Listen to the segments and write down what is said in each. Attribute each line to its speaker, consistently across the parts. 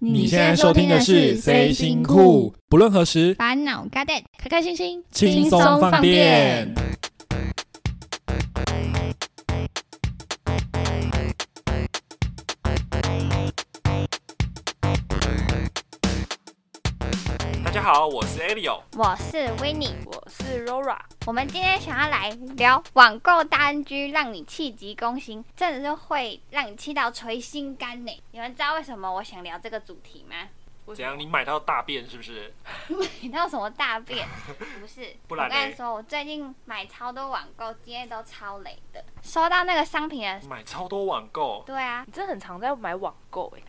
Speaker 1: 你现在收听的是《谁辛苦》，不论何时，
Speaker 2: 把脑嘎蛋
Speaker 3: 开开心心，
Speaker 1: 轻松放电。大家好，我是 Elio，
Speaker 2: 我是 Winnie。
Speaker 3: 我是 Rora，
Speaker 2: 我们今天想要来聊网购大 NG，让你气急攻心，真的是会让你气到捶心肝呢。你们知道为什么我想聊这个主题吗？
Speaker 1: 怎样？你买到大便是不是？
Speaker 2: 你知道什么大便？ 不是，
Speaker 1: 不然
Speaker 2: 我跟
Speaker 1: 嘞
Speaker 2: 你说，我最近买超多网购，今天都超雷的，收到那个商品的。
Speaker 1: 买超多网购，
Speaker 2: 对啊，
Speaker 3: 你真的很常在买网购哎、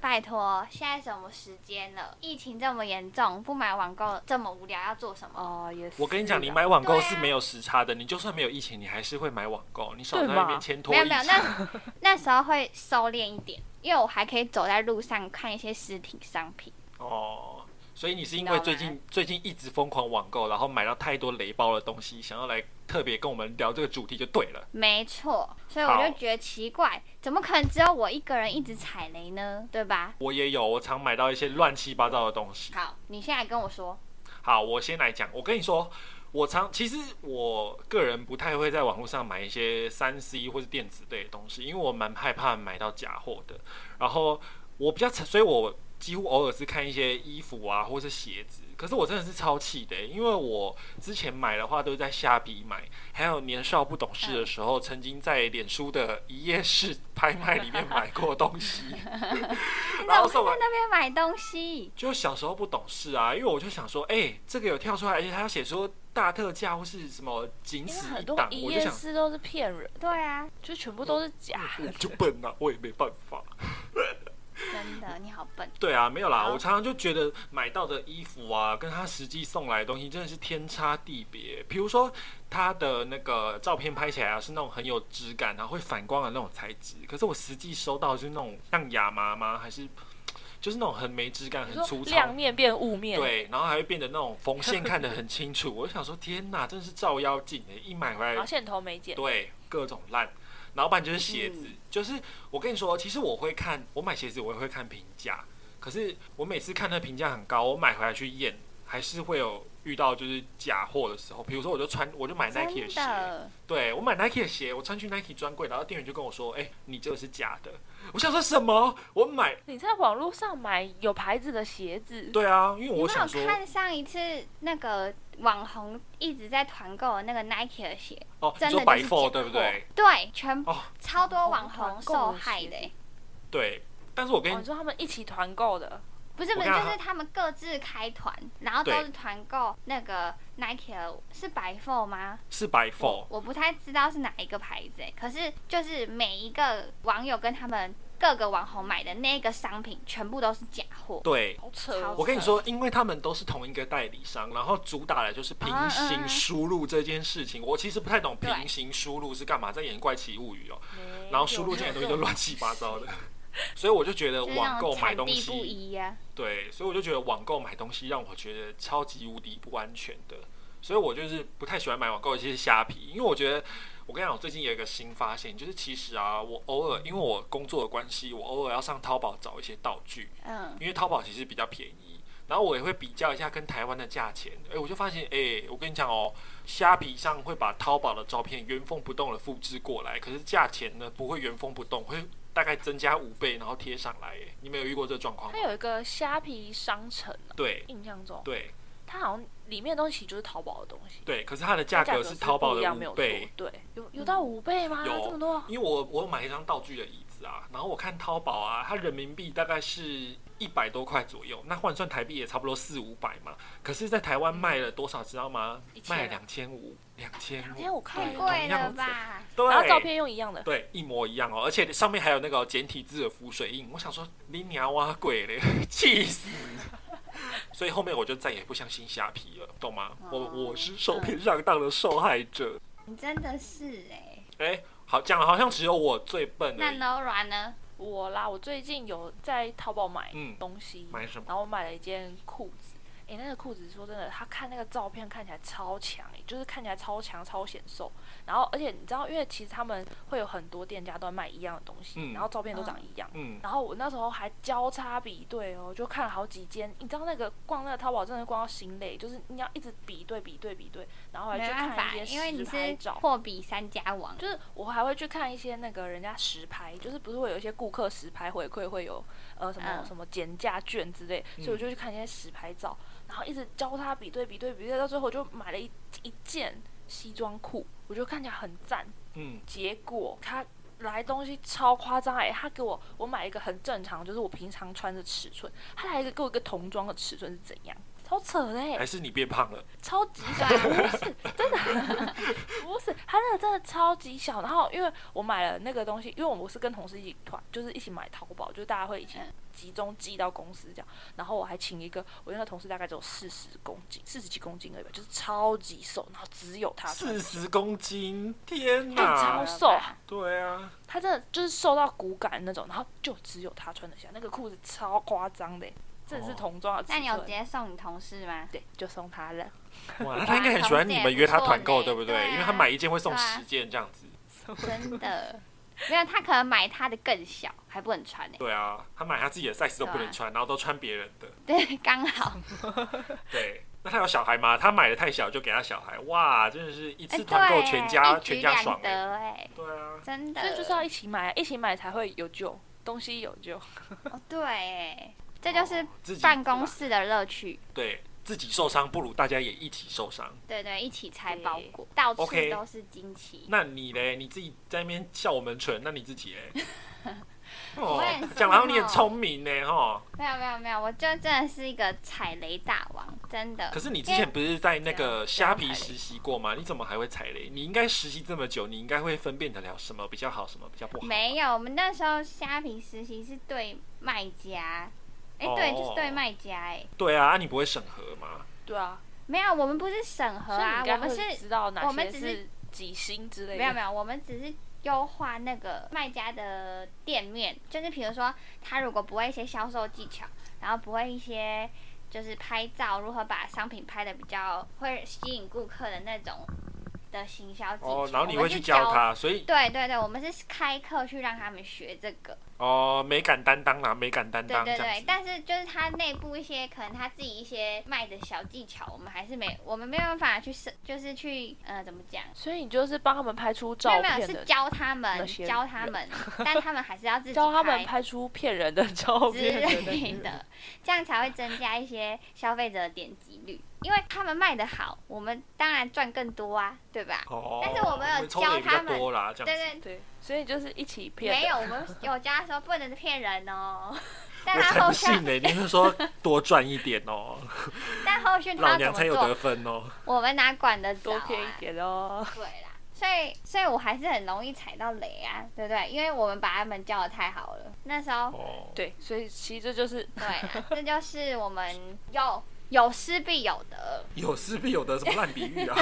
Speaker 2: 拜托，现在什么时间了？疫情这么严重，不买网购这么无聊，要做什么？
Speaker 3: 哦、也是。
Speaker 1: 我跟你讲，你买网购是没有时差的，你就算没有疫情，你还是会买网购，你少在
Speaker 3: 对吧
Speaker 1: 那边牵拖
Speaker 2: 没
Speaker 1: 疫
Speaker 2: 有没有，
Speaker 1: 情。
Speaker 2: 那 那时候会收敛一点，因为我还可以走在路上看一些实体商品。
Speaker 1: 哦，所以你是因
Speaker 2: 知
Speaker 1: 为
Speaker 2: 道
Speaker 1: 最
Speaker 2: 吗
Speaker 1: 近最近一直疯狂网购，然后买到太多雷包的东西，想要来特别跟我们聊这个主题就对了。
Speaker 2: 没错，所以我
Speaker 1: 好
Speaker 2: 就觉得奇怪，怎么可能只有我一个人一直踩雷呢？对吧？
Speaker 1: 我也有，我常买到一些乱七八糟的东西。
Speaker 2: 好，你现在跟我说，
Speaker 1: 好，我先来讲。我跟你说，我常其实我个人不太会在网络上买一些三 C 或是电子类的东西，因为我蛮害怕买到假货的。然后我比较，所以我几乎偶尔是看一些衣服啊，或是鞋子。可是我真的是超气的欸、因为我之前买的话都是在虾皮买，还有年少不懂事的时候，曾经在脸书的一页式拍卖里面买过东西。
Speaker 2: 你怎
Speaker 1: 然后
Speaker 2: 么
Speaker 1: 送
Speaker 2: 会
Speaker 1: 完
Speaker 2: 在那边买东西？
Speaker 1: 就小时候不懂事啊，因为我就想说，哎、这个有跳出来，而且他要写说大特价或是什么仅
Speaker 3: 因为
Speaker 1: 此
Speaker 3: 很
Speaker 1: 一
Speaker 3: 多 E
Speaker 1: 档，
Speaker 3: 一
Speaker 1: 我就
Speaker 3: 夜
Speaker 1: 想
Speaker 3: 市都是骗人，
Speaker 2: 对啊，
Speaker 3: 就全部都是假
Speaker 1: 我
Speaker 3: 的。
Speaker 1: 就笨啊，我也没办法。
Speaker 2: 真的，你好笨。
Speaker 1: 对啊，没有啦，
Speaker 2: 好
Speaker 1: 我常常就觉得买到的衣服啊，跟他实际送来的东西真的是天差地别。比如说他的那个照片拍起来啊，是那种很有质感，然后会反光的那种材质，可是我实际收到的就是那种像亚麻吗？还是就是那种很没质感、
Speaker 3: 你
Speaker 1: 很
Speaker 3: 说
Speaker 1: 粗糙
Speaker 3: 亮面变雾面，，
Speaker 1: 对，然后还会变得那种缝线看得很清楚。我就想说，天哪，真的是照妖镜欸一买回
Speaker 3: 然
Speaker 1: 来
Speaker 3: 后，线头没剪，
Speaker 1: 对，各种烂。老板就是鞋子，
Speaker 2: 嗯
Speaker 1: 就是我跟你说，其实我会看，我买鞋子我也会看评价，可是我每次看那评价很高，我买回来去验，还是会有遇到就是假货的时候。比如说，我就穿，我就买 Nike 的
Speaker 2: 真
Speaker 1: 鞋，
Speaker 2: 的，
Speaker 1: 对我买 Nike 的鞋，我穿去 Nike 专柜，然后店员就跟我说，哎、你这个是假的。我想说什么？我买，
Speaker 3: 你在网络上买有牌子的鞋子，
Speaker 1: 对啊，因为
Speaker 2: 你
Speaker 1: 我
Speaker 2: 没有
Speaker 1: 想说，
Speaker 2: 看上一次那个网红一直在团购的那个 Nike 的鞋？
Speaker 1: 哦，你
Speaker 2: 真
Speaker 1: 说
Speaker 2: 的
Speaker 1: 白
Speaker 2: 就是
Speaker 1: f
Speaker 2: 假
Speaker 1: 对不
Speaker 3: 货
Speaker 1: 对？
Speaker 2: 对，全部
Speaker 1: 哦
Speaker 2: 超多网红受害的、欸，
Speaker 1: 对，但是我跟
Speaker 3: 哦，
Speaker 1: 你
Speaker 3: 你说他们一起团购的，
Speaker 2: 不是不是，
Speaker 1: 我看
Speaker 2: 就
Speaker 1: 到
Speaker 2: 是他们各自开团，然后都
Speaker 1: 对
Speaker 2: 是团购那个 Nike 的是白 f 吗？
Speaker 1: 是白
Speaker 2: 我
Speaker 1: f
Speaker 2: 我不太知道是哪一个牌子、欸，可是就是每一个网友跟他们各个网红买的那个商品，全部都是假货。
Speaker 1: 对，
Speaker 3: 好扯哦！
Speaker 1: 我跟你说，因为他们都是同一个代理商，然后主打的就是平
Speaker 2: 啊嗯
Speaker 1: 行
Speaker 2: 嗯
Speaker 1: 输入这件事情。我其实不太懂
Speaker 2: 对
Speaker 1: 平行输入是干嘛，在演《怪奇物语》哦，
Speaker 3: 没有，
Speaker 1: 然后输入进来的东西都乱七 八糟的。所以我就觉得
Speaker 2: 就是那
Speaker 1: 网购
Speaker 2: 种
Speaker 1: 买
Speaker 2: 产
Speaker 1: 东
Speaker 2: 地不
Speaker 1: 西，
Speaker 2: 一呀、
Speaker 1: 对，所以我就觉得网购买东西让我觉得超级无敌不安全的，所以我就是不太喜欢买网购，尤其是虾皮，因为我觉得我跟你讲，我最近有一个新发现，就是其实啊，我偶尔因为我工作的关系，我偶尔要上淘宝找一些道具，
Speaker 2: 嗯，
Speaker 1: 因为淘宝其实比较便宜，然后我也会比较一下跟台湾的价钱，哎、我就发现，哎、我跟你讲哦，虾皮上会把淘宝的照片原封不动的复制过来，可是价钱呢不会原封不动，会大概增加五倍，然后贴上来。哎，你们有遇过这状况
Speaker 3: 它
Speaker 1: 吗？
Speaker 3: 有一个虾皮商城啊，
Speaker 1: 对
Speaker 3: 印象中
Speaker 1: 对
Speaker 3: 它好像里面的东西就是淘宝的东西，
Speaker 1: 对，可是它的价格是淘宝
Speaker 3: 不
Speaker 1: 的
Speaker 3: 一样没有
Speaker 1: 五
Speaker 3: 错
Speaker 1: 倍，，
Speaker 3: 对，有有到五倍吗？
Speaker 1: 有
Speaker 3: 这么多，
Speaker 1: 因为我我有买一张道具的椅子啊，然后我看淘宝啊，它人民币大概是一百多块左右，那换算台币也差不多四五百嘛。可是，在台湾卖了多少，知道吗
Speaker 3: 一？千啊
Speaker 1: 卖了两千五，两千五，
Speaker 3: 2500
Speaker 1: 对
Speaker 3: 太
Speaker 2: 贵
Speaker 1: 同样
Speaker 2: 了
Speaker 1: 的
Speaker 2: 吧？
Speaker 1: 对，
Speaker 3: 然后照片用一样的，
Speaker 1: 对一模一样哦，而且上面还有那个简体字的浮水印，我想说你娘啊鬼嘞，气死！ 所以后面我就再也不相信虾皮了，懂吗？我
Speaker 3: 哦
Speaker 1: 我是受骗上当的受害者。
Speaker 2: 你真的是哎、
Speaker 1: 哎、好讲的好像只有我最笨
Speaker 2: 那
Speaker 1: 而已。
Speaker 2: Nora 呢？
Speaker 3: 我啦，我最近有在淘宝买
Speaker 1: 嗯
Speaker 3: 东西，
Speaker 1: 买什么？
Speaker 3: 然后我买了一件裤子，诶，那个裤子说真的，他看那个照片看起来超强、诶，就是看起来超强、超显瘦。然后，而且你知道，因为其实他们会有很多店家都在卖一样的东西，
Speaker 1: 嗯
Speaker 3: 然后照片都长一样。
Speaker 1: 嗯，
Speaker 3: 然后我那时候还交叉比对哦，就看了好几间。你知道那个逛那个淘宝真的逛到心累，就是你要一直比对比对比对，然后还
Speaker 2: 没
Speaker 3: 去
Speaker 2: 办法，欸
Speaker 3: 看一
Speaker 2: 因为
Speaker 3: 些
Speaker 2: 你
Speaker 3: 实拍
Speaker 2: 是
Speaker 3: 照。
Speaker 2: 货比三家王，
Speaker 3: 就是我还会去看一些那个人家实拍，就是不是会有一些顾客实拍回馈，会有呃什么、
Speaker 2: 嗯
Speaker 3: 什么减价券之类，所以我就去看一些实拍照，然后一直交叉比对比对比对，到最后我就买了一一件西装裤，我就看起来很赞。
Speaker 1: 嗯，
Speaker 3: 结果他来东西超夸张哎，他给我我买一个很正常，就是我平常穿的尺寸，他来一个给我一个童装的尺寸是怎样？超扯的哎
Speaker 1: 还，是你变胖了，
Speaker 3: 超级 小，不是真的，不是，它那个真的超级小。然后因为我买了那个东西，因为我是跟同事一起团，就是一起买淘宝，就是大家会一起集中寄到公司这样。然后我还请一个，我那个同事大概只有四十公斤，四十几公斤而已吧，就是超级瘦，然后只有他穿
Speaker 1: 四十公斤，天
Speaker 3: 哎
Speaker 1: 哪
Speaker 3: 超！瘦，
Speaker 1: 对啊，
Speaker 3: 他真的就是瘦到骨感那种，然后就只有他穿得下，那个裤子超夸张的欸，真的是
Speaker 1: 哦
Speaker 3: 童装的尺
Speaker 2: 那
Speaker 3: 寸。
Speaker 2: 你有直接送你同事吗？
Speaker 3: 对，就送他了。
Speaker 1: 哇，那他应该很喜欢你们约他团购，对不对？
Speaker 2: 啊
Speaker 1: 因为他买一件会送十件这样子。
Speaker 2: 真的，没有他可能买他的更小，还不能穿呢、欸
Speaker 1: 对啊，他买他自己的 size 都不能穿，然后都穿别人的。
Speaker 2: 对，刚好。
Speaker 1: 对，那他有小孩吗？他买的太小就给他小孩，哇，真的是一
Speaker 2: 哎
Speaker 1: 次团购
Speaker 2: 对
Speaker 1: 全家
Speaker 2: 一举
Speaker 1: 全家爽
Speaker 2: 两
Speaker 1: 哎、
Speaker 2: 得哎、
Speaker 1: 对啊，
Speaker 2: 真的。
Speaker 3: 所以就是要一起买，一起买才会有救，东西有救。
Speaker 2: 哦，对哎，这就是
Speaker 1: 哦自己
Speaker 2: 办公室的乐趣。
Speaker 1: 对自己受伤不如大家也一起受伤。
Speaker 2: 对对，一起拆包
Speaker 3: 对
Speaker 2: 裹，到处
Speaker 1: OK
Speaker 2: 都是惊奇。
Speaker 1: 那你嘞？你自己在那边笑我们蠢，那你自己嘞？
Speaker 2: 我也是
Speaker 1: 讲得好像你很
Speaker 2: 哦
Speaker 1: 聪明欸呢，哈。
Speaker 2: 没有没有没有，我就真的是一个踩雷大王，真的。
Speaker 1: 可是你之前不是在那
Speaker 3: 因
Speaker 1: 个
Speaker 3: 为
Speaker 1: 虾皮实习过
Speaker 2: 啊
Speaker 1: 吗？你怎么还会踩雷？你应该实习这么久，你应该会分辨得了什么比较好，什么比较不好。
Speaker 2: 没，有，我们那时候虾皮实习是对卖家，哎、对，
Speaker 1: 哦
Speaker 2: 就是对卖家哎、
Speaker 1: 对啊，啊你不会审核吗？
Speaker 3: 对啊，
Speaker 2: 没有，我们不是审核
Speaker 3: 所以你
Speaker 2: 啊，
Speaker 3: 应
Speaker 2: 我
Speaker 3: 该
Speaker 2: 们
Speaker 3: 会
Speaker 2: 是
Speaker 3: 知道
Speaker 2: 我
Speaker 3: 哪
Speaker 2: 们
Speaker 3: 些
Speaker 2: 只是
Speaker 3: 是几星之类的。
Speaker 2: 没有没有，我们只是优化那个卖家的店面，就是比如说他如果不会一些销售技巧，然后不会一些就是拍照如何把商品拍的比较会吸引顾客的那种的行销技巧，
Speaker 1: 哦，然后你
Speaker 2: 我
Speaker 1: 会
Speaker 2: 们
Speaker 1: 去
Speaker 2: 是
Speaker 1: 教
Speaker 2: 教。
Speaker 1: 他，所以
Speaker 2: 对对对，我们是开课去让他们学这个，
Speaker 1: 哦，美感担当啦，美感担
Speaker 2: 对
Speaker 1: 当
Speaker 2: 对
Speaker 1: 这样
Speaker 2: 对
Speaker 1: 子。。
Speaker 2: 但是就是他内部一些可能他自己一些卖的小技巧，我们还是没，我们没有办法去设，就是去呃怎么讲，
Speaker 3: 所以你就是帮他们拍出
Speaker 2: 没
Speaker 3: 照
Speaker 2: 有没有
Speaker 3: 片
Speaker 2: 是
Speaker 3: 的，
Speaker 2: 教他们
Speaker 3: 那些
Speaker 2: 教他
Speaker 3: 人
Speaker 2: 们，但他们还是要自己
Speaker 3: 教他们拍出骗人的照
Speaker 2: 之
Speaker 3: 片的那
Speaker 2: 类
Speaker 3: 种。
Speaker 2: 的，这样才会增加一些消费者的点击率，因为他们卖的好，我们当然赚更多啊，对吧？
Speaker 1: 哦，
Speaker 2: 但是我们有
Speaker 1: 你抽的也比
Speaker 2: 教他
Speaker 1: 较
Speaker 2: 们
Speaker 1: 多啦，这
Speaker 2: 对
Speaker 1: 样子。
Speaker 2: 对，
Speaker 3: 对，所以就是一起骗。
Speaker 2: 没有，我们有教他说不能骗人哦，但
Speaker 1: 我
Speaker 2: 他
Speaker 1: 才
Speaker 2: 后
Speaker 1: 不
Speaker 2: 续
Speaker 1: 信呢！你会说多赚一点 哦，
Speaker 2: 但后续他
Speaker 1: 老
Speaker 2: 要
Speaker 1: 娘
Speaker 2: 怎
Speaker 1: 才
Speaker 2: 么
Speaker 1: 有
Speaker 2: 做，
Speaker 1: 得分哦。
Speaker 2: 我们哪管得着
Speaker 3: 多
Speaker 2: 啊？
Speaker 3: 骗一点哦。
Speaker 2: 对啦，所以所以我还是很容易踩到雷啊，对不对？因为我们把他们教的太好了，那时候
Speaker 1: 哦，
Speaker 3: 对，所以其实这就是
Speaker 2: 对啦，这就是我们有有失必有得，
Speaker 1: 有失必有得，什么烂比喻啊？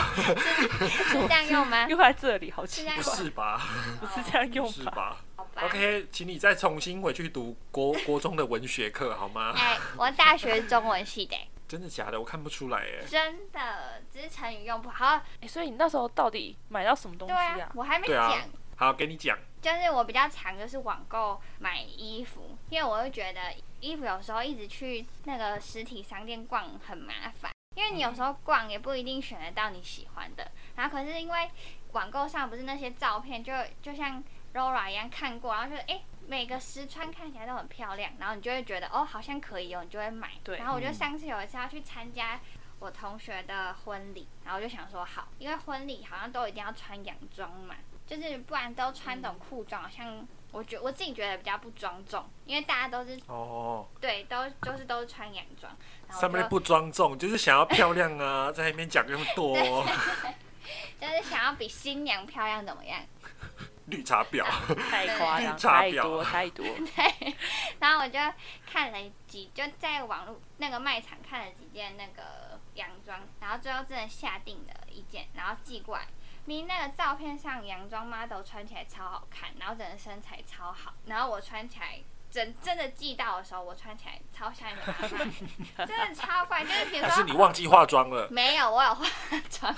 Speaker 2: 是这样用吗？
Speaker 3: 又在啊这里，好奇怪，
Speaker 1: 不是吧？
Speaker 3: 不是这样
Speaker 1: 不
Speaker 3: 用
Speaker 1: 是
Speaker 3: 吧？
Speaker 1: 吧
Speaker 2: 好吧。
Speaker 1: ？OK，请你再重新回去读国国中的文学课好吗？
Speaker 2: 哎、我大学是中文系的、
Speaker 1: 真的假的？我看不出来哎。
Speaker 2: 真的，只是成语用不好。
Speaker 3: 哎所以你那时候到底买到什么东
Speaker 2: 对
Speaker 3: 西
Speaker 2: 啊
Speaker 3: 啊，？
Speaker 2: 我还没
Speaker 1: 对
Speaker 2: 讲，
Speaker 1: 啊，好，给你讲。
Speaker 2: 就是我比较常就是网购买衣服，因为我会觉得衣服有时候一直去那个实体商店逛很麻烦，因为你有时候逛也不一定选得到你喜欢的。然后可是因为网购上不是那些照片，就就像 Laura 一样看过，然后就哎、每个实穿看起来都很漂亮，然后你就会觉得哦好像可以哦，你就会买。
Speaker 3: 对
Speaker 2: 然后我就
Speaker 1: 嗯
Speaker 2: 上次有一次要去参加我同学的婚礼，然后我就想说好，因为婚礼好像都一定要穿洋装嘛，就是不然都穿
Speaker 1: 嗯
Speaker 2: 那种裤装，好像我觉我自己觉得比较不庄重，因为大家都是
Speaker 1: 哦，
Speaker 2: 对都就是都是穿洋装，然后
Speaker 1: 上
Speaker 2: 我
Speaker 1: 面
Speaker 2: 就
Speaker 1: 不庄重，就是想要漂亮啊，在那边讲那么多哦
Speaker 2: 就是想要比新娘漂亮怎么样？
Speaker 1: 绿茶婊。
Speaker 3: 太夸 张，
Speaker 1: 绿茶
Speaker 3: 太
Speaker 1: 婊
Speaker 3: 多太多。
Speaker 2: 然后我就看了几，就在网络那个卖场看了几件那个洋装，然后最后真的下定了一件，然后寄过来。明明那个照片上洋装 model 穿起来超好看，然后整个身材超好，然后我穿起来真真的寄到的时候，我穿起来超像一个 阿妈，真的超怪。就是比如
Speaker 1: 还是
Speaker 2: 说
Speaker 1: 你忘记化妆了？
Speaker 2: 没有，我有化妆，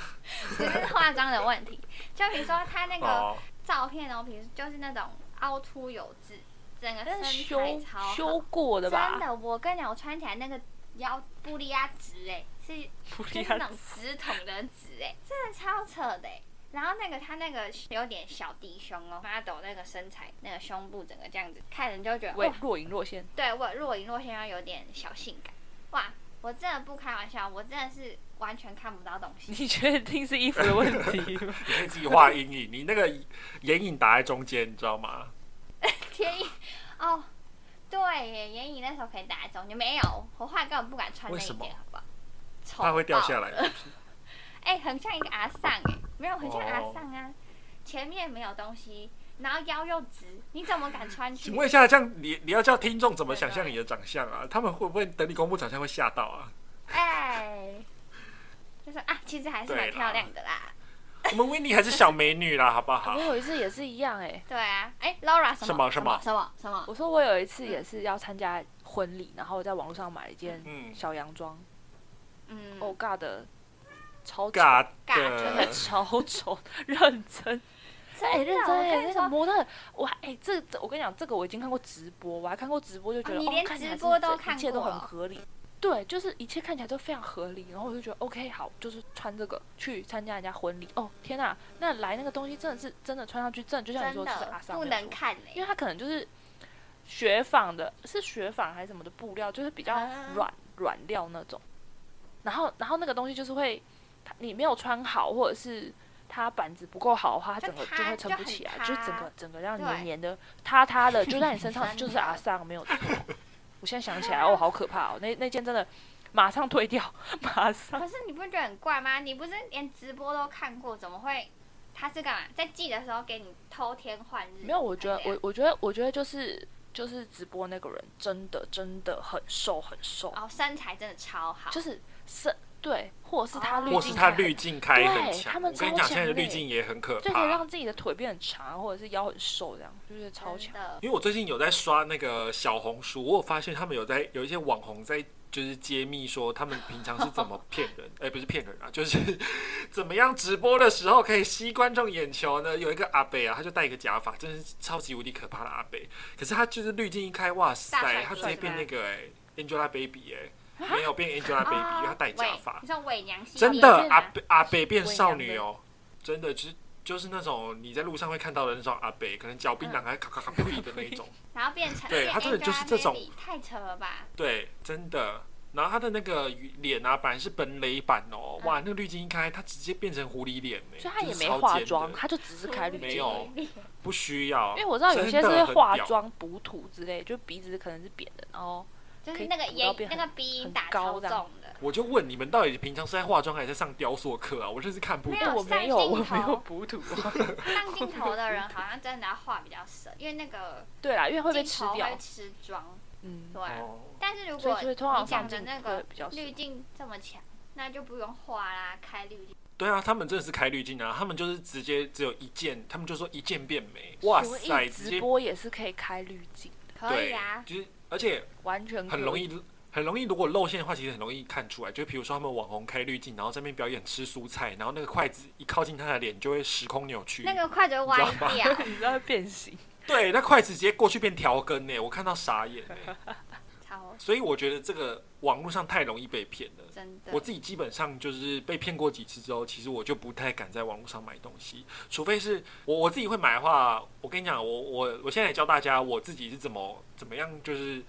Speaker 2: 只是化妆的问题。 就比如说他 那个
Speaker 1: 哦，
Speaker 2: 照片哦，比如就是那种凹凸有致，整个
Speaker 3: 但
Speaker 2: 身
Speaker 3: 是
Speaker 2: 材
Speaker 3: 修
Speaker 2: 超好
Speaker 3: 修过的吧？
Speaker 2: 真的，我跟你讲，我穿起来那个腰布利亚直哎、是
Speaker 3: 不
Speaker 2: 就
Speaker 3: 一
Speaker 2: 是那
Speaker 3: 样
Speaker 2: 种直筒的直哎、真的超扯的哎、然后那个他那个有点小低胸哦，model 那个身材，那个胸部整个这样子，看人就觉得
Speaker 3: 为
Speaker 2: 哇，
Speaker 3: 若隐若现。
Speaker 2: 对我若隐若现，要有点小性感。哇，我真的不开玩笑，我真的是完全看不到东西。
Speaker 3: 你确定是衣服的问题吗？
Speaker 1: 你可以自己画阴影，你那个眼影打在中间，你知道吗？
Speaker 2: 天意 哦，对耶，眼影那时候可以打在中间，没有，我后来根本不敢穿那
Speaker 1: 为
Speaker 2: 一
Speaker 1: 什么
Speaker 2: 件，好不好？丑
Speaker 1: 怕会掉
Speaker 2: 爆
Speaker 1: 下来。
Speaker 2: 哎、很像一个阿尚哎、没有很像阿
Speaker 1: 哦
Speaker 2: 尚啊，前面没有东西，然后腰又直，你怎么敢穿去
Speaker 1: 请？问一下，这样你你要叫听众怎么想象你的长相啊？他们会不会等你公布长相会吓到啊？
Speaker 2: 哎、就说啊，其实还是蛮
Speaker 1: 对啦
Speaker 2: 漂亮的啦。
Speaker 1: 我们 w i n n 还是小美女啦，好不 好
Speaker 3: 我？有一次也是一样哎、
Speaker 2: 对啊，哎、l a u r a 什
Speaker 1: 什么
Speaker 2: 什
Speaker 1: 什么
Speaker 2: 什么什么？
Speaker 3: 我说我有一次也是要参加婚礼，然后我在网络上买了一件
Speaker 1: 嗯
Speaker 3: 小洋装，
Speaker 2: 嗯，
Speaker 3: 哦尬的，超丑，
Speaker 1: 尬
Speaker 2: 尬真
Speaker 3: 真的
Speaker 1: 的，
Speaker 3: 超丑，认真。
Speaker 2: 真欸
Speaker 3: 哎、认真哎、
Speaker 2: 我跟你
Speaker 3: 那个
Speaker 2: 说，
Speaker 3: 模特，我还哎、这这我跟你讲，这个我已经看过直播，我还看过直播，就觉得、
Speaker 2: 哦你
Speaker 3: 哦
Speaker 2: 连
Speaker 3: 看起来
Speaker 2: 直
Speaker 3: 是
Speaker 2: 播
Speaker 3: 这
Speaker 2: 都
Speaker 3: 一
Speaker 2: 看
Speaker 3: 切都
Speaker 2: 过
Speaker 3: 很
Speaker 2: 了
Speaker 3: 合理。对，就是一切看起来都非常合理，然后我就觉得 OK 好，就是穿这个去参加人家婚礼。哦天呐，那来那个东西真的是真的穿上去，真的就像
Speaker 2: 真
Speaker 3: 你说是阿
Speaker 2: 的
Speaker 3: 桑
Speaker 2: 不
Speaker 3: 没有
Speaker 2: 能
Speaker 3: 错
Speaker 2: 看哎、
Speaker 3: 因为它可能就是雪纺的，是雪纺还是什么的布料，就是比较
Speaker 2: 啊
Speaker 3: 软软、料那种。然后，然后那个东西就是会，它你没有穿好，或者是它板子不够好的话，它
Speaker 2: 就
Speaker 3: 整个就
Speaker 2: 塌
Speaker 3: 会撑
Speaker 2: 就
Speaker 3: 不
Speaker 2: 很
Speaker 3: 起来，
Speaker 2: 塌
Speaker 3: 就整个整个让
Speaker 2: 对
Speaker 3: 黏黏的、塌塌 的，就在你身上
Speaker 2: 真
Speaker 3: 就是
Speaker 2: 的
Speaker 3: 阿桑没 有错。我现在想起来，哦，好可怕哦，那那件真的马上退掉， 马上
Speaker 2: 可是你不觉得很怪吗？你不是连直播都看过，怎么会？他是干嘛？在寄的时候给你偷天换日？
Speaker 3: 没有，我觉得
Speaker 2: 还是
Speaker 3: 我我觉得我觉得就是就是直播那个人真的真的很瘦很瘦，
Speaker 2: 哦，身材真的超好，
Speaker 3: 就是是，对，或者是他
Speaker 2: 哦
Speaker 3: 滤镜，
Speaker 1: 或是他滤啊镜开很
Speaker 3: 对他
Speaker 1: 强。
Speaker 3: 们
Speaker 1: 我跟你讲，
Speaker 3: 超强
Speaker 1: 现在的
Speaker 3: 的
Speaker 1: 滤镜也很可
Speaker 3: 就可以
Speaker 1: 怕
Speaker 3: 让。自己的腿变很长，啊或者是腰很瘦，这样就是超
Speaker 2: 真
Speaker 3: 强。
Speaker 2: 的。
Speaker 1: 因为我最近有在刷那个小红书，我有发现他们有在有一些网红在就是揭秘说他们平常是怎么骗人， 哎、不是骗人啊，就是 怎么样直播的时候可以吸观众眼球呢？有一个阿北啊，他就戴一个假发，真是超级无敌可怕的阿北，可是他就是滤镜一开，哇塞
Speaker 2: 大帅，哥
Speaker 1: 他直接变那个哎、Angelababy 哎、没有变
Speaker 2: 啊
Speaker 1: Angelababy，、因为他戴假发
Speaker 2: 伪，你说伪娘系
Speaker 1: 真
Speaker 2: 列啊
Speaker 1: 的啊
Speaker 2: 吗
Speaker 1: 阿北阿北变少女哦，真的就是就是那种你在路上会看到的那种阿北，可能嚼
Speaker 3: 嗯
Speaker 1: 槟榔还咔咔咔呸的那一 种，
Speaker 2: 然后变成
Speaker 1: 对
Speaker 2: 变
Speaker 1: 他真的就是
Speaker 2: Angelababy，
Speaker 1: 这种
Speaker 2: 太扯了吧？
Speaker 1: 对，真的。然后他的那个脸啊，本来是本垒版哦，
Speaker 2: 嗯
Speaker 1: 哇，那个滤镜一开，他直接变成狐狸脸呢、
Speaker 3: 所以他也
Speaker 1: 就是
Speaker 3: 没
Speaker 1: 超
Speaker 3: 化
Speaker 1: 尖的
Speaker 3: 妆，他就只是开滤
Speaker 1: 没
Speaker 3: 镜
Speaker 1: 有
Speaker 3: 而已。
Speaker 1: 不需要，
Speaker 3: 因为我知道有
Speaker 1: 真
Speaker 3: 些
Speaker 1: 的
Speaker 3: 是会
Speaker 1: 很
Speaker 3: 化
Speaker 1: 屌，
Speaker 3: 妆补土之类，就鼻子可能是扁的，然后
Speaker 2: 就是那个
Speaker 3: 可以涂到
Speaker 2: 眼
Speaker 3: 变
Speaker 2: 那
Speaker 3: 很
Speaker 2: 个鼻音打
Speaker 3: 很高
Speaker 2: 超
Speaker 3: 这样
Speaker 2: 重的，
Speaker 1: 我就问你们到底平常是在化妆还是在上雕塑课啊？我真是看不
Speaker 2: 没
Speaker 1: 懂。
Speaker 2: 有
Speaker 3: 我
Speaker 2: 上
Speaker 3: 没有，我
Speaker 2: 镜
Speaker 3: 没有
Speaker 2: 头
Speaker 3: 补土。
Speaker 2: 上镜头的人好像真的要画比较深，因为那个
Speaker 3: 对啦，因为会被
Speaker 2: 镜
Speaker 3: 吃
Speaker 2: 头
Speaker 3: 掉
Speaker 2: 会。吃妆，
Speaker 3: 嗯，
Speaker 2: 对啊。
Speaker 1: 哦
Speaker 2: 但是如
Speaker 3: 所以
Speaker 2: 果
Speaker 3: 所以通常
Speaker 2: 你讲
Speaker 3: 放
Speaker 2: 的
Speaker 3: 镜
Speaker 2: 那
Speaker 3: 会
Speaker 2: 个
Speaker 3: 比较
Speaker 2: 滤
Speaker 3: 深。
Speaker 2: 镜这么强，那就不用画啦，开滤镜。
Speaker 1: 对啊，他们真的是开滤镜啊，他们就是直接只有一键，他们就说一键变美，哇
Speaker 3: 所以
Speaker 1: 塞，直
Speaker 3: 直
Speaker 1: 接
Speaker 3: 播也是可以开滤镜的，
Speaker 2: 可以
Speaker 1: 对
Speaker 2: 啊，，
Speaker 1: 就是而且
Speaker 3: 完全
Speaker 1: 很
Speaker 3: 可
Speaker 1: 容
Speaker 3: 以。
Speaker 1: 易。很容易，如果露馅的话，其实很容易看出来。就比如说，他们网红开滤镜，然后在那边表演吃蔬菜，然后那个筷子一靠近他的脸，就会时空扭曲。
Speaker 2: 那个筷子会歪
Speaker 1: 嗯你知道吗
Speaker 2: 掉，
Speaker 3: 你知道会 变形，
Speaker 1: 对，那筷子直接过去变调羹欸呢，我看到傻眼呢。
Speaker 2: 超
Speaker 1: 所以我觉得这个网络上太容易被骗了。
Speaker 2: 真的
Speaker 1: 我。自己基本上就是被骗过几次之后，其实我就不太敢在网络上买东西，除非是我我自己会买的话，我跟你讲，我我我现在也教大家我自己是怎么怎么样，就是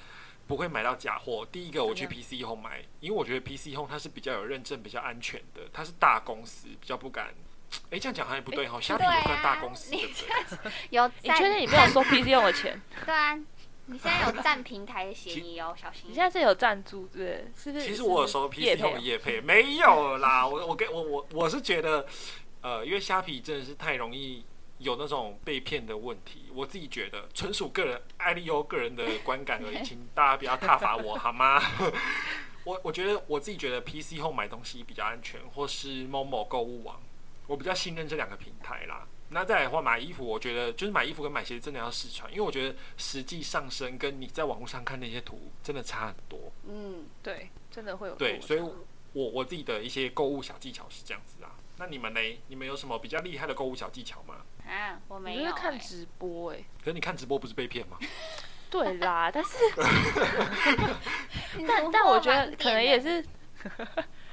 Speaker 1: 不会买到假货。第一个，我去
Speaker 3: 怎
Speaker 1: PC Home 买，因为我觉得 PC Home 它是比较有认证、比较安全的，它是大公司，比较不敢。哎，这样讲好像也不对哈，虾皮
Speaker 2: 对
Speaker 1: 也算大
Speaker 2: 啊
Speaker 1: 公司，
Speaker 2: 你
Speaker 1: 对不对？
Speaker 2: 有
Speaker 3: 你
Speaker 2: 占
Speaker 3: 确定你没有收 PC 用的钱？
Speaker 2: 对啊，你现在有占平台的嫌疑哦，小心
Speaker 3: 你
Speaker 2: 一
Speaker 3: 现
Speaker 2: 点。
Speaker 3: 在是有赞助，对不对？是不是？
Speaker 1: 其实我有收
Speaker 3: 是不是业
Speaker 1: PC
Speaker 3: 配啊
Speaker 1: 用叶配，没有啦。我我给我我我是觉得，呃，因为虾皮真的是太容易有那种被骗的问题，我自己觉得纯属个人艾利欧个人的观感而已，请大家不要挞伐我好吗？ 我我觉得我自己觉得 PC 后买东西比较安全，或是某某购物网，我比较信任这两个平台啦。那再来的话，买衣服，我觉得就是买衣服跟买鞋子真的要试穿，因为我觉得实际上身跟你在网络上看那些图真的差很多。
Speaker 2: 嗯，
Speaker 3: 对，真的会有
Speaker 1: 对，
Speaker 3: 落
Speaker 1: 所以
Speaker 3: 差
Speaker 1: 我我自己的一些购物小技巧是这样子啊。那你们呢？你们有什么比较厉害的购物小技巧吗？
Speaker 2: 啊，我
Speaker 3: 我
Speaker 2: 没
Speaker 3: 就是
Speaker 2: 有、
Speaker 3: 看
Speaker 2: 欸，
Speaker 3: 直播哎、
Speaker 1: 可是你看直播不是被骗吗？
Speaker 3: 对啦， 但是
Speaker 2: 你
Speaker 3: 但
Speaker 2: 突
Speaker 3: 但
Speaker 2: 破
Speaker 3: 我觉
Speaker 2: 盲
Speaker 3: 得可
Speaker 2: 点
Speaker 3: 能
Speaker 2: 欸
Speaker 3: 也是，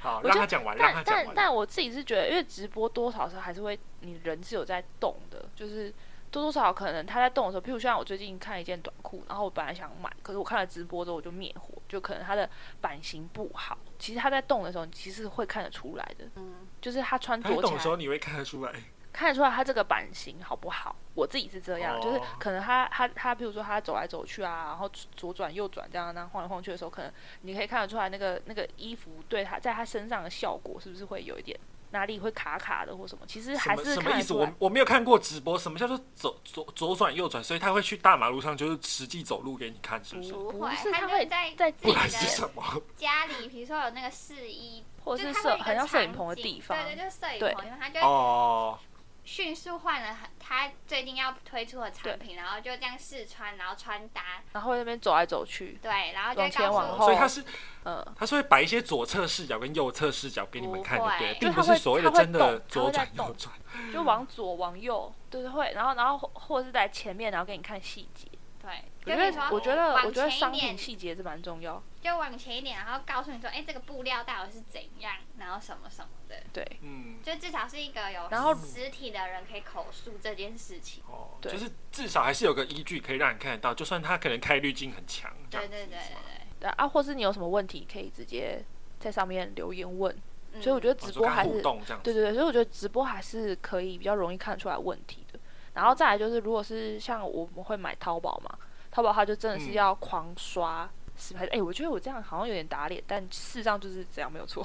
Speaker 1: 好，
Speaker 3: 我
Speaker 1: 让
Speaker 3: 就
Speaker 1: 他讲完， 让他
Speaker 3: 但
Speaker 1: 讲
Speaker 3: 但
Speaker 1: 完。
Speaker 3: 但我自己是觉得，因为直播多少时候还是会，你人是有在动的，就是多多少少可能他在动的时候，譬如像我最近看一件短裤，然后我本来想买，可是我看了直播之后我就灭火，就可能它的版型不好，其实他在动的时候，你其实会看得出来的，
Speaker 2: 嗯，
Speaker 3: 就是他穿
Speaker 1: 他在
Speaker 3: 着起
Speaker 1: 懂的时候
Speaker 3: 来
Speaker 1: 你会看得出来。
Speaker 3: 看得出来他这个版型好不好。我自己是这样，就是
Speaker 1: 哦
Speaker 3: 可能他他他，比如说他走来走去啊，然后左转右转这样，那晃来晃去的时候，可能你可以看得出来那个那个衣服对他在他身上的效果是不是会有一点哪里会卡卡的或什么，其实
Speaker 1: 什
Speaker 3: 还
Speaker 1: 么
Speaker 3: 是
Speaker 1: 什
Speaker 3: 看
Speaker 1: 么意
Speaker 3: 得
Speaker 1: 思？
Speaker 3: 出来
Speaker 1: 我。我没有看过直播，什么叫做走左左转右转？所以他会去大马路上，就是实际走路给你看，是不是？
Speaker 2: 不
Speaker 3: 不
Speaker 2: 会，
Speaker 3: 是
Speaker 2: 他
Speaker 3: 他
Speaker 2: 就
Speaker 3: 会
Speaker 2: 在
Speaker 3: 在
Speaker 2: 自
Speaker 1: 不
Speaker 2: 己
Speaker 1: 然是
Speaker 2: 的
Speaker 1: 什么？
Speaker 2: 家里，比如说有那个试衣，
Speaker 3: 或
Speaker 2: 就
Speaker 3: 者
Speaker 2: 是
Speaker 3: 是
Speaker 2: 摄
Speaker 3: 摄很像摄影棚的地方，
Speaker 2: 对对，就是摄影
Speaker 3: 对
Speaker 2: 棚，他就会
Speaker 1: 哦，
Speaker 2: 迅速换了很他最近要推出的产品，然后就这样试穿，然后穿搭，
Speaker 3: 然后会在那边走来走去，
Speaker 2: 对，然后就会
Speaker 3: 往前往
Speaker 2: 告
Speaker 3: 后
Speaker 2: 诉我
Speaker 1: 所以他是
Speaker 3: 嗯，
Speaker 1: 他是会摆一些左侧视角跟右侧视角给你们看，
Speaker 2: 不会
Speaker 1: 对不对？
Speaker 2: 就
Speaker 1: 并
Speaker 3: 是他
Speaker 1: 不
Speaker 3: 会
Speaker 1: 是所谓的
Speaker 3: 他会
Speaker 1: 真的
Speaker 3: 动他
Speaker 1: 左
Speaker 3: 会在
Speaker 1: 转右
Speaker 3: 动
Speaker 1: 转。
Speaker 3: 就往左往右，对对会，然后然后或或者是在前面，然后给你看细节。
Speaker 2: 对，就
Speaker 3: 我觉
Speaker 2: 比如
Speaker 3: 得
Speaker 2: 说
Speaker 3: 我觉得我觉得
Speaker 2: 往前
Speaker 3: 商
Speaker 2: 一点
Speaker 3: 品，细节是蛮重要，
Speaker 2: 就往前一点，然后告诉你说，哎，这个布料到底是怎样，然后什么什么的，
Speaker 3: 对。
Speaker 1: 嗯，
Speaker 2: 就至少是一个有
Speaker 3: 然后
Speaker 2: 实体的人可以口述这件事情。
Speaker 1: 哦，
Speaker 3: 对
Speaker 1: 就是至少还是有个依据可以让你看得到，就算他可能开滤镜很强，这
Speaker 2: 对
Speaker 1: 样子哦
Speaker 2: 对对对
Speaker 1: 是吗
Speaker 2: 对
Speaker 3: 对啊，或是你有什么问题，可以直接在上面留言问。，
Speaker 2: 嗯
Speaker 3: 所以我觉得直
Speaker 1: 哦就
Speaker 3: 播
Speaker 1: 跟他
Speaker 3: 还
Speaker 1: 互
Speaker 3: 是、
Speaker 1: 动这样子。
Speaker 3: 对对对，所以我觉得直播还是可以比较容易看出来问题的。然后再来就是，如果是像我们会买淘宝嘛，淘宝它就真的是
Speaker 1: 嗯
Speaker 3: 要狂刷实拍。哎、我觉得我这样好像有点打脸，但事实上就是这样，没有错。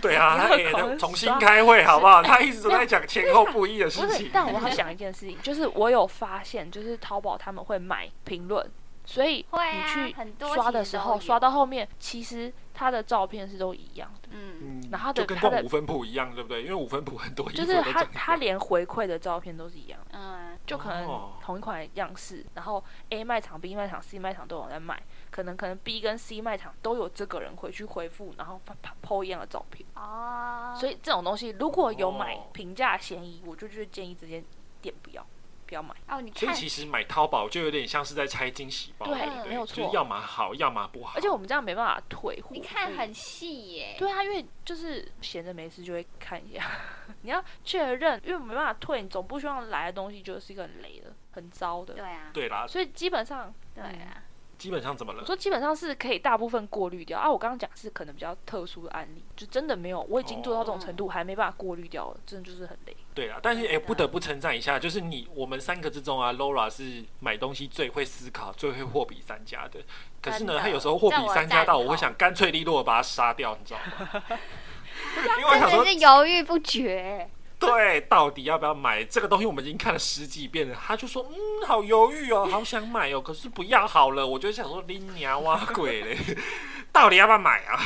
Speaker 1: 对 啊，他
Speaker 3: 要
Speaker 1: 也
Speaker 3: 狂
Speaker 1: 重新
Speaker 3: 刷
Speaker 1: 开会好 不好？他一直都在讲前后不一的
Speaker 3: 不
Speaker 1: 事
Speaker 3: 是
Speaker 1: 情，。
Speaker 3: 但我好想一件事情，就是我有发现，就是淘宝他们会买评论，所以
Speaker 2: 会
Speaker 3: 你
Speaker 2: 啊，
Speaker 3: 去
Speaker 2: 很多
Speaker 3: 刷
Speaker 2: 其
Speaker 3: 的
Speaker 2: 实
Speaker 3: 时
Speaker 2: 都
Speaker 3: 候，
Speaker 2: 有
Speaker 3: 刷到后面，其实它的照片是都一样的。
Speaker 2: 嗯，
Speaker 1: 嗯
Speaker 3: 然后他的
Speaker 1: 就跟
Speaker 3: 他
Speaker 1: 逛
Speaker 3: 的
Speaker 1: 五分铺一样，对不对？因为五分铺很多衣
Speaker 3: 就
Speaker 1: 服都
Speaker 3: 是
Speaker 1: 长一
Speaker 3: 他
Speaker 1: 样
Speaker 3: 他连回馈的照片都是一样的，
Speaker 2: 嗯，
Speaker 3: 就可能
Speaker 1: 哦
Speaker 3: 同一款样式，然后 A 卖场、B 卖场、C 卖场都有在卖，可能可能 B 跟 C 卖场都有这个人回去回复，然后发 po 一样的照片。
Speaker 2: 哦，
Speaker 3: 所以这种东西如果有买
Speaker 1: 哦
Speaker 3: 平价嫌疑，我就就是建议直接点不要不要买。
Speaker 2: 哦，你
Speaker 1: 所以
Speaker 2: 看，
Speaker 1: 其实买淘宝就有点像是在拆惊喜包，
Speaker 3: 对
Speaker 1: 对不对，
Speaker 3: 没有
Speaker 1: 就
Speaker 3: 错
Speaker 1: 是要么好，要么不好。
Speaker 3: 而且我们这样没办法退货。
Speaker 2: 你看
Speaker 3: 所以
Speaker 2: 很细耶，
Speaker 3: 对啊，因为就是闲着没事就会看一下， 你要确认，因为没办法退，你总不希望来的东西就是一个很雷的、很糟的。
Speaker 2: 对啊，
Speaker 1: 对啦，
Speaker 3: 所以基本上，
Speaker 2: 对
Speaker 3: 嗯
Speaker 2: 啊，
Speaker 1: 基本上怎么了
Speaker 3: 我？说基本上是可以大部分过滤掉啊。我刚刚讲是可能比较特殊的案例，就真的没有，我已经做到这种程
Speaker 2: 哦
Speaker 3: 度，还没办法过滤掉了，真的就是很累。
Speaker 1: 对啦，但是也
Speaker 2: 啊
Speaker 1: 不得不称赞一下，就是你我们三个之中啊，Laura 是买东西最会思考、最会货比三家的。可是
Speaker 2: 真
Speaker 1: 呢，
Speaker 2: 的
Speaker 1: 她有时候货比三家
Speaker 2: 这我赞
Speaker 1: 到，
Speaker 2: 同
Speaker 1: 我会想干脆利落地把她杀掉，你知道吗？ 因为我
Speaker 2: 真
Speaker 1: 想说
Speaker 2: 的，是犹豫不决，
Speaker 1: 对，到底要不要买这个东西？我们已经看了十几遍了。她就说，嗯，好犹豫哦，好想买哦，可是不要好了。我就想说，你娘啊，鬼 嘞， 到底要不要买啊？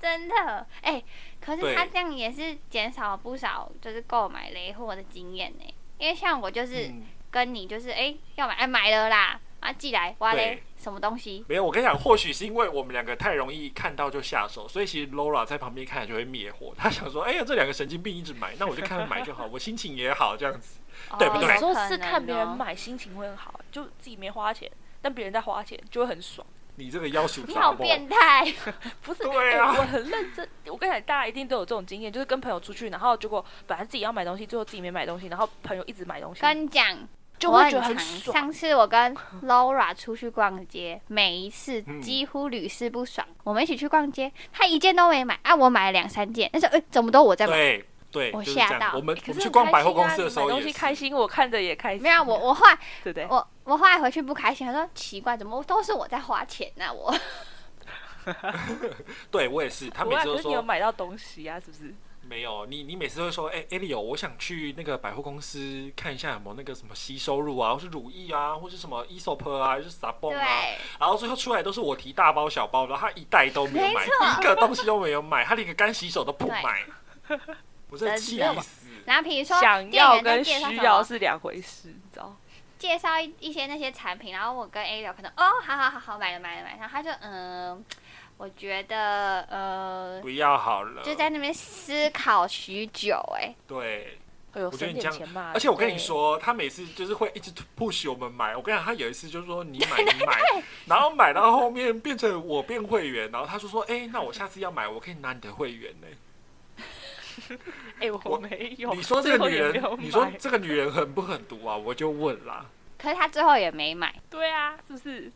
Speaker 2: 真的，哎、可是
Speaker 1: 对
Speaker 2: 他这样也是减少了不少，就是购买雷货的经验呢，因为像我就是
Speaker 1: 嗯
Speaker 2: 跟你就是，哎、要买，哎、买了啦，啊，寄来，哇嘞
Speaker 1: 对，
Speaker 2: 什么东西，
Speaker 1: 没有，我跟你讲，或许是因为我们两个太容易看到就下手，所以其实 Laura 在旁边看了就会灭火。她想说，哎呀，这两个神经病一直买，那我就看他买就好，我心情也好，这样子。对不
Speaker 2: 哦
Speaker 1: 对
Speaker 3: 有时候
Speaker 2: 有可
Speaker 3: 是
Speaker 2: 能
Speaker 3: 看别人
Speaker 2: 哦
Speaker 3: 买，心情会很好，就自己没花钱，但别人在花钱就会很爽。
Speaker 1: 你这个妖鼠
Speaker 2: 你
Speaker 1: 杂
Speaker 2: 好
Speaker 1: 货，
Speaker 2: 变态，
Speaker 3: 不是，
Speaker 1: 对
Speaker 3: 哎
Speaker 1: 啊
Speaker 3: 我很认真。我跟你讲，大家一定都有这种经验，就是跟朋友出去，然后结果本来自己要买东西，最后自己没买东西，然后朋友一直买东西，
Speaker 2: 跟你讲。
Speaker 3: 就
Speaker 2: 我
Speaker 3: 会觉得
Speaker 2: 很
Speaker 3: 很
Speaker 2: 常
Speaker 3: 爽。
Speaker 2: 上次我跟 Laura 出去逛街，每一次
Speaker 1: 嗯
Speaker 2: 几乎屡试不爽。我们一起去逛街，她一件都没买，啊，我买了两三件，但是哎、怎么都我在买？
Speaker 1: 对对，
Speaker 2: 我
Speaker 1: 就是这
Speaker 2: 吓
Speaker 1: 样。
Speaker 2: 到
Speaker 1: 我们
Speaker 3: 可
Speaker 1: 我
Speaker 3: 是
Speaker 1: 们去
Speaker 3: 很
Speaker 1: 逛
Speaker 3: 开
Speaker 1: 百货
Speaker 3: 心啊
Speaker 1: 公司的
Speaker 3: 你
Speaker 1: 时候
Speaker 3: 买
Speaker 1: 哦也
Speaker 3: 东
Speaker 1: 是
Speaker 3: 西开心，我看着也开心。
Speaker 2: 没有，啊我我后来
Speaker 3: 对不对？
Speaker 2: 我我后来回去不开心，他说奇怪，怎么都是我在花钱呢、 我
Speaker 1: 对我也是，他
Speaker 3: 不
Speaker 1: 每
Speaker 3: 会啊
Speaker 1: 次都
Speaker 3: 可是你有
Speaker 1: 说
Speaker 3: 买到东西啊，是不是？
Speaker 1: 没有，你你每次都会说，哎、艾利 l 我想去那个百货公司看一下有没有那个什么吸收乳啊，或是乳液啊，或是什么 Esop 啊，还是 s a b o
Speaker 2: 对，
Speaker 1: 啊，然后最后出来都是我提大包小包，然后他一袋都没有买，一个东西都没有买，他连个干洗手都不买。我我真的气死。
Speaker 2: 然后比如说
Speaker 3: 想
Speaker 2: 店
Speaker 3: 要
Speaker 2: 员在
Speaker 3: 跟
Speaker 2: 介绍
Speaker 3: 需
Speaker 2: 什
Speaker 3: 要
Speaker 2: 么，
Speaker 3: 是两回事，你知道？
Speaker 2: 介绍一一些那些产品，然后我跟 A 聊，可能哦，好好好好，买了买了买了，然后他就嗯，我觉得呃，
Speaker 1: 不要好了，
Speaker 2: 就在那边思考许久、哎，
Speaker 1: 对，
Speaker 3: 哎呦，
Speaker 1: 我觉得
Speaker 3: 省
Speaker 1: 你这
Speaker 3: 点
Speaker 1: 样
Speaker 3: 钱嘛！
Speaker 1: 而且我跟你
Speaker 3: 对，
Speaker 1: 说，他每次就是会一直 push 我们买。我跟你讲，他有一次就是说你 买你买，然后买到后面变成我变会员，然后他就说，哎、那我下次要买，我可以拿你的会员呢、
Speaker 3: 哎， 我
Speaker 1: 我
Speaker 3: 没有。
Speaker 1: 你说这个女
Speaker 3: 最后也没有
Speaker 1: 人，
Speaker 3: 买
Speaker 1: 你说这个女人狠不狠毒啊？我就问啦，
Speaker 2: 可是他最后也没买，
Speaker 3: 对啊，是不是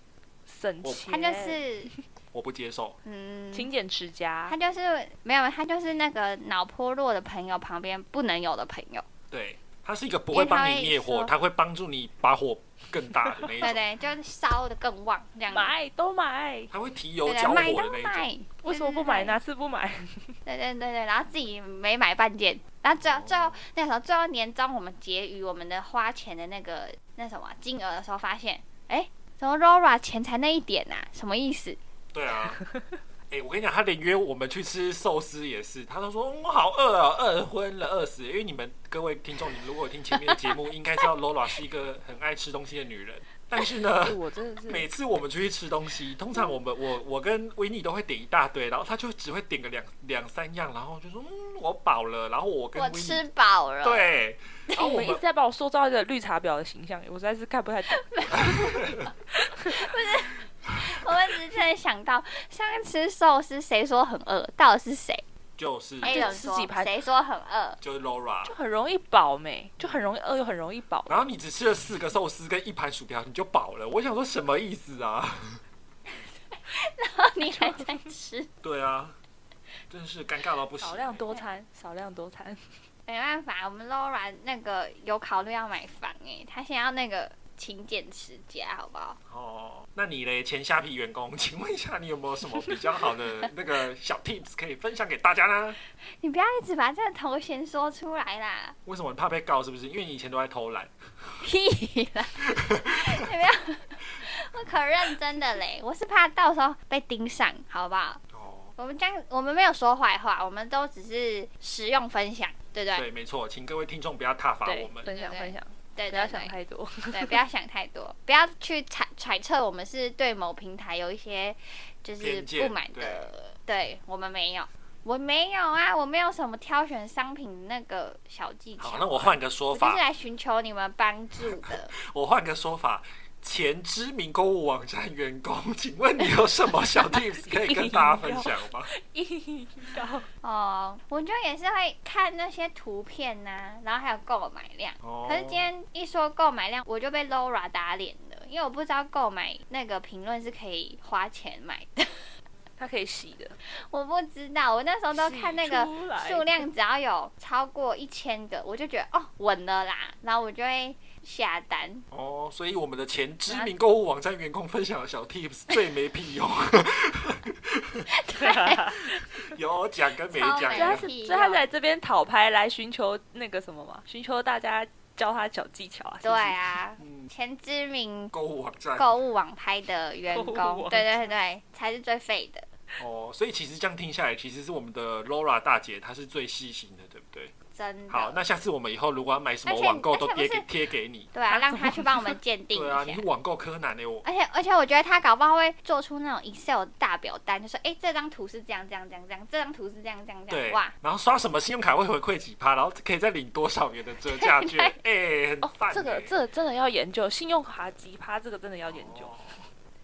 Speaker 3: 省
Speaker 1: 我
Speaker 3: 钱？
Speaker 2: 他就是
Speaker 1: 我不接受。
Speaker 2: 嗯，
Speaker 3: 勤俭持家
Speaker 2: 他。就是没有，他就是那个脑波弱的朋友旁边不能有的朋友，
Speaker 1: 对，他是一个不会帮你灭
Speaker 2: 因为他会
Speaker 1: 火，
Speaker 2: 说
Speaker 1: 他会帮助你把火更大的那一
Speaker 2: 对
Speaker 1: 种，
Speaker 2: 对，就是烧的更旺这样子。
Speaker 3: 买都买，
Speaker 1: 他会提油
Speaker 2: 对
Speaker 1: 浇
Speaker 2: 对，
Speaker 1: 火
Speaker 2: 买
Speaker 1: 的
Speaker 2: 都
Speaker 1: 那一种。
Speaker 2: 买，
Speaker 3: 为什么不买？哪次不买？
Speaker 2: 对对对对，然后自己没买半件，然后最后最
Speaker 1: 哦
Speaker 2: 后那时候最后年终我们结余我们的花钱的那个那什么金额的时候，发现哎，怎么 Rora 钱才那一点呐、什么意思？
Speaker 1: 对啊。 哎、我跟你讲，他连约我们去吃寿司也是，他都说、嗯、我好饿哦，饿昏了，饿死了。因为你们各位听众，你如果有听前面的节目，应该知道 Lola 是一个很爱吃东西的女人。但 是呢，
Speaker 3: 我真的
Speaker 1: 每哎次我们出去吃东西，通常我们我我跟维尼都会点一大堆，然后他就只会点个两两三样，然后就说嗯我饱了，然后我跟
Speaker 2: 我
Speaker 1: 维
Speaker 2: 吃
Speaker 1: 尼
Speaker 2: 饱了。，
Speaker 1: 对，然后哦
Speaker 3: 你
Speaker 1: 我
Speaker 3: 们一直
Speaker 1: 们
Speaker 3: 在把我塑造一个绿茶婊的形象，我实在是看不太懂。
Speaker 1: 啊
Speaker 2: 我们只是突然想到上次吃寿司，谁说很饿？到底是谁
Speaker 1: 就是
Speaker 2: ？A
Speaker 3: 就
Speaker 2: 人
Speaker 3: 吃
Speaker 2: 说
Speaker 3: 几盘
Speaker 2: 谁说很饿？
Speaker 1: 就是 Laura，
Speaker 3: 就很容易饱没，就很容易饿，又很容易饱。
Speaker 1: 然后你只吃了四个寿司跟一盘薯条，你就饱了。我想说什么意思啊？
Speaker 2: 你还在吃？
Speaker 1: 对啊，真是尴尬到不行。
Speaker 3: 少量 多餐，少量多餐。
Speaker 2: 没办法，我们 Laura 那个有考虑要买房哎、她想要那个勤俭持家，好不好？
Speaker 1: 哦，那你嘞，前虾皮员工，请问一下，你有没有什么比较好的那个小 tips 可以分享给大家呢？
Speaker 2: 你不要一直把这个头衔说出来啦，
Speaker 1: 为什么你怕被告？是不是？因为你以前都在偷懒。
Speaker 2: 屁啦！你不要，我可认真的嘞，我是怕到时候被盯上，好不好？
Speaker 1: 哦，
Speaker 2: 我们这样，我们没有说坏话，我们都只是实用分享，对不对？
Speaker 1: 对，没错，请各位听众不要挞伐我们。
Speaker 3: 分享
Speaker 2: 对
Speaker 3: 分享，
Speaker 2: 对
Speaker 3: 不
Speaker 2: 对
Speaker 3: 要想
Speaker 2: 对，
Speaker 3: 太多。
Speaker 2: 对，不要想太多，不要去揣揣测我们是对某平台有一些就是
Speaker 1: 偏见
Speaker 2: 不满的，对我们没有，我没有啊，我没有什么挑选商品那个小技巧
Speaker 1: 好
Speaker 2: 啊。，
Speaker 1: 那我换个说
Speaker 2: 我就是
Speaker 1: 法，
Speaker 2: 来寻求你们帮助的。
Speaker 1: 我换个说法。前知名购物网站员工，请问你有什 么小 tips 可以跟大家分享吗？
Speaker 2: 哦，我就也是会看那些图片呐、然后还有购买量。
Speaker 1: 哦
Speaker 2: 可是今天一说购买量，我就被 Laura 打脸了，因为我不知道购买那个评论是可以花钱买的，
Speaker 3: 它可以洗的，
Speaker 2: 我不知道，我那时候都看那个
Speaker 3: 洗出来
Speaker 2: 数量，只要有超过一千个，我就觉得哦稳了啦，然后我就会下单。
Speaker 1: 哦，所以我们的前知名购物网站员工分享的小 tips 最没屁用， 有讲跟没
Speaker 2: 超
Speaker 1: 讲
Speaker 2: 没
Speaker 1: 一
Speaker 3: 所以他
Speaker 1: 样
Speaker 3: 是，所
Speaker 2: 屁
Speaker 3: 以
Speaker 2: 用
Speaker 3: 啊他来这边讨拍，来寻求那个什么嘛，寻求大家教他小技巧啊。是
Speaker 2: 对
Speaker 3: 不是，
Speaker 2: 啊，
Speaker 1: 嗯，
Speaker 2: 前知名
Speaker 1: 购物网站
Speaker 2: 购物网拍的员
Speaker 3: 购物网
Speaker 2: 工，对对对，才是最废的。
Speaker 1: 哦，所以其实这样听下来，其实是我们的 Laura 大姐她是最细心的，对不对？
Speaker 2: 真的。
Speaker 1: 好，那下次我们以后如果要买什么
Speaker 2: 而且
Speaker 1: 网购
Speaker 2: 而且
Speaker 1: 都
Speaker 2: 不
Speaker 1: 贴
Speaker 2: 是
Speaker 1: 给贴给你，
Speaker 2: 对啊， 让他去帮我们鉴定一
Speaker 1: 对
Speaker 2: 下。哎
Speaker 1: 啊，你是网购柯南的我，
Speaker 2: 而且而且，我觉得他搞不好会做出那种 Excel 大表单，就说，哎、这张图是这样这样这样这样，这张图是这样这样这
Speaker 1: 对
Speaker 2: 样，哇，，
Speaker 1: 然后刷什么信用卡会回馈几趴，然后可以再领多少元的折价 券，哎，很
Speaker 3: 哦
Speaker 1: 烦，欸。
Speaker 3: 这个这个真的要研究，信用卡几趴这个真的要研究
Speaker 1: 哦。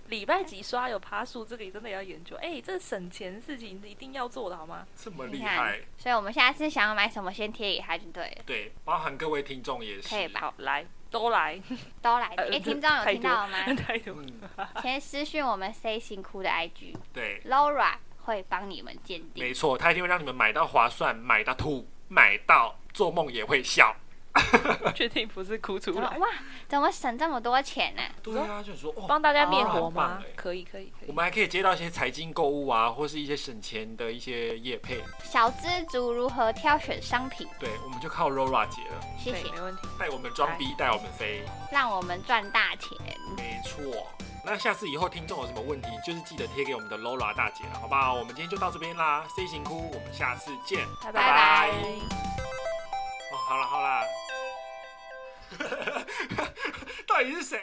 Speaker 3: 礼拜几刷有趴数，这个也真的要研究。哎，这省钱的事情一定要做的好吗？
Speaker 1: 这么
Speaker 2: 你
Speaker 1: 厉
Speaker 2: 看
Speaker 1: 害，，
Speaker 2: 所以我们下次想要买什么，先贴给他就对了，
Speaker 1: 对，包含各位听众也是，
Speaker 2: 可以吧
Speaker 3: 好，来都来。
Speaker 2: 都来。哎、
Speaker 3: 呃
Speaker 2: 听众有
Speaker 3: 太
Speaker 2: 听
Speaker 3: 多
Speaker 2: 到吗？
Speaker 3: 太多
Speaker 1: 嗯，
Speaker 2: 先私讯我们 C 辛苦的 IG，Laura
Speaker 1: 对，
Speaker 2: 会帮你们鉴定。
Speaker 1: 没错，他一定会让你们买到划算，买到吐，买到做梦也会笑。
Speaker 3: 确定不是哭出
Speaker 2: 怎么
Speaker 3: 来。
Speaker 2: 哇？怎么省这么多钱呢、
Speaker 1: 对啊，就是说哦，
Speaker 3: 帮大家灭火
Speaker 1: 哦很棒
Speaker 3: 吗
Speaker 1: 哎？
Speaker 3: 可以，可以，
Speaker 1: 我
Speaker 3: 可以。
Speaker 1: 们还可以接到一些财经购物啊，或是一些省钱的一些业配，
Speaker 2: 小资族如何挑选商品？
Speaker 1: 对，我们就靠 Rora 姐了，
Speaker 2: 谢
Speaker 3: 对，
Speaker 2: 谢，
Speaker 3: 没问题。
Speaker 1: 带我们装逼，带我们飞，
Speaker 2: 让我们赚大钱。
Speaker 1: 没错。那下次以后听众有什么问题，就是记得贴给我们的 Lora 大姐了，好不好？我们今天就到这边啦，C 型哭，我们下次见，
Speaker 3: 拜
Speaker 2: 拜拜
Speaker 1: 哦 好了好了，到底是谁？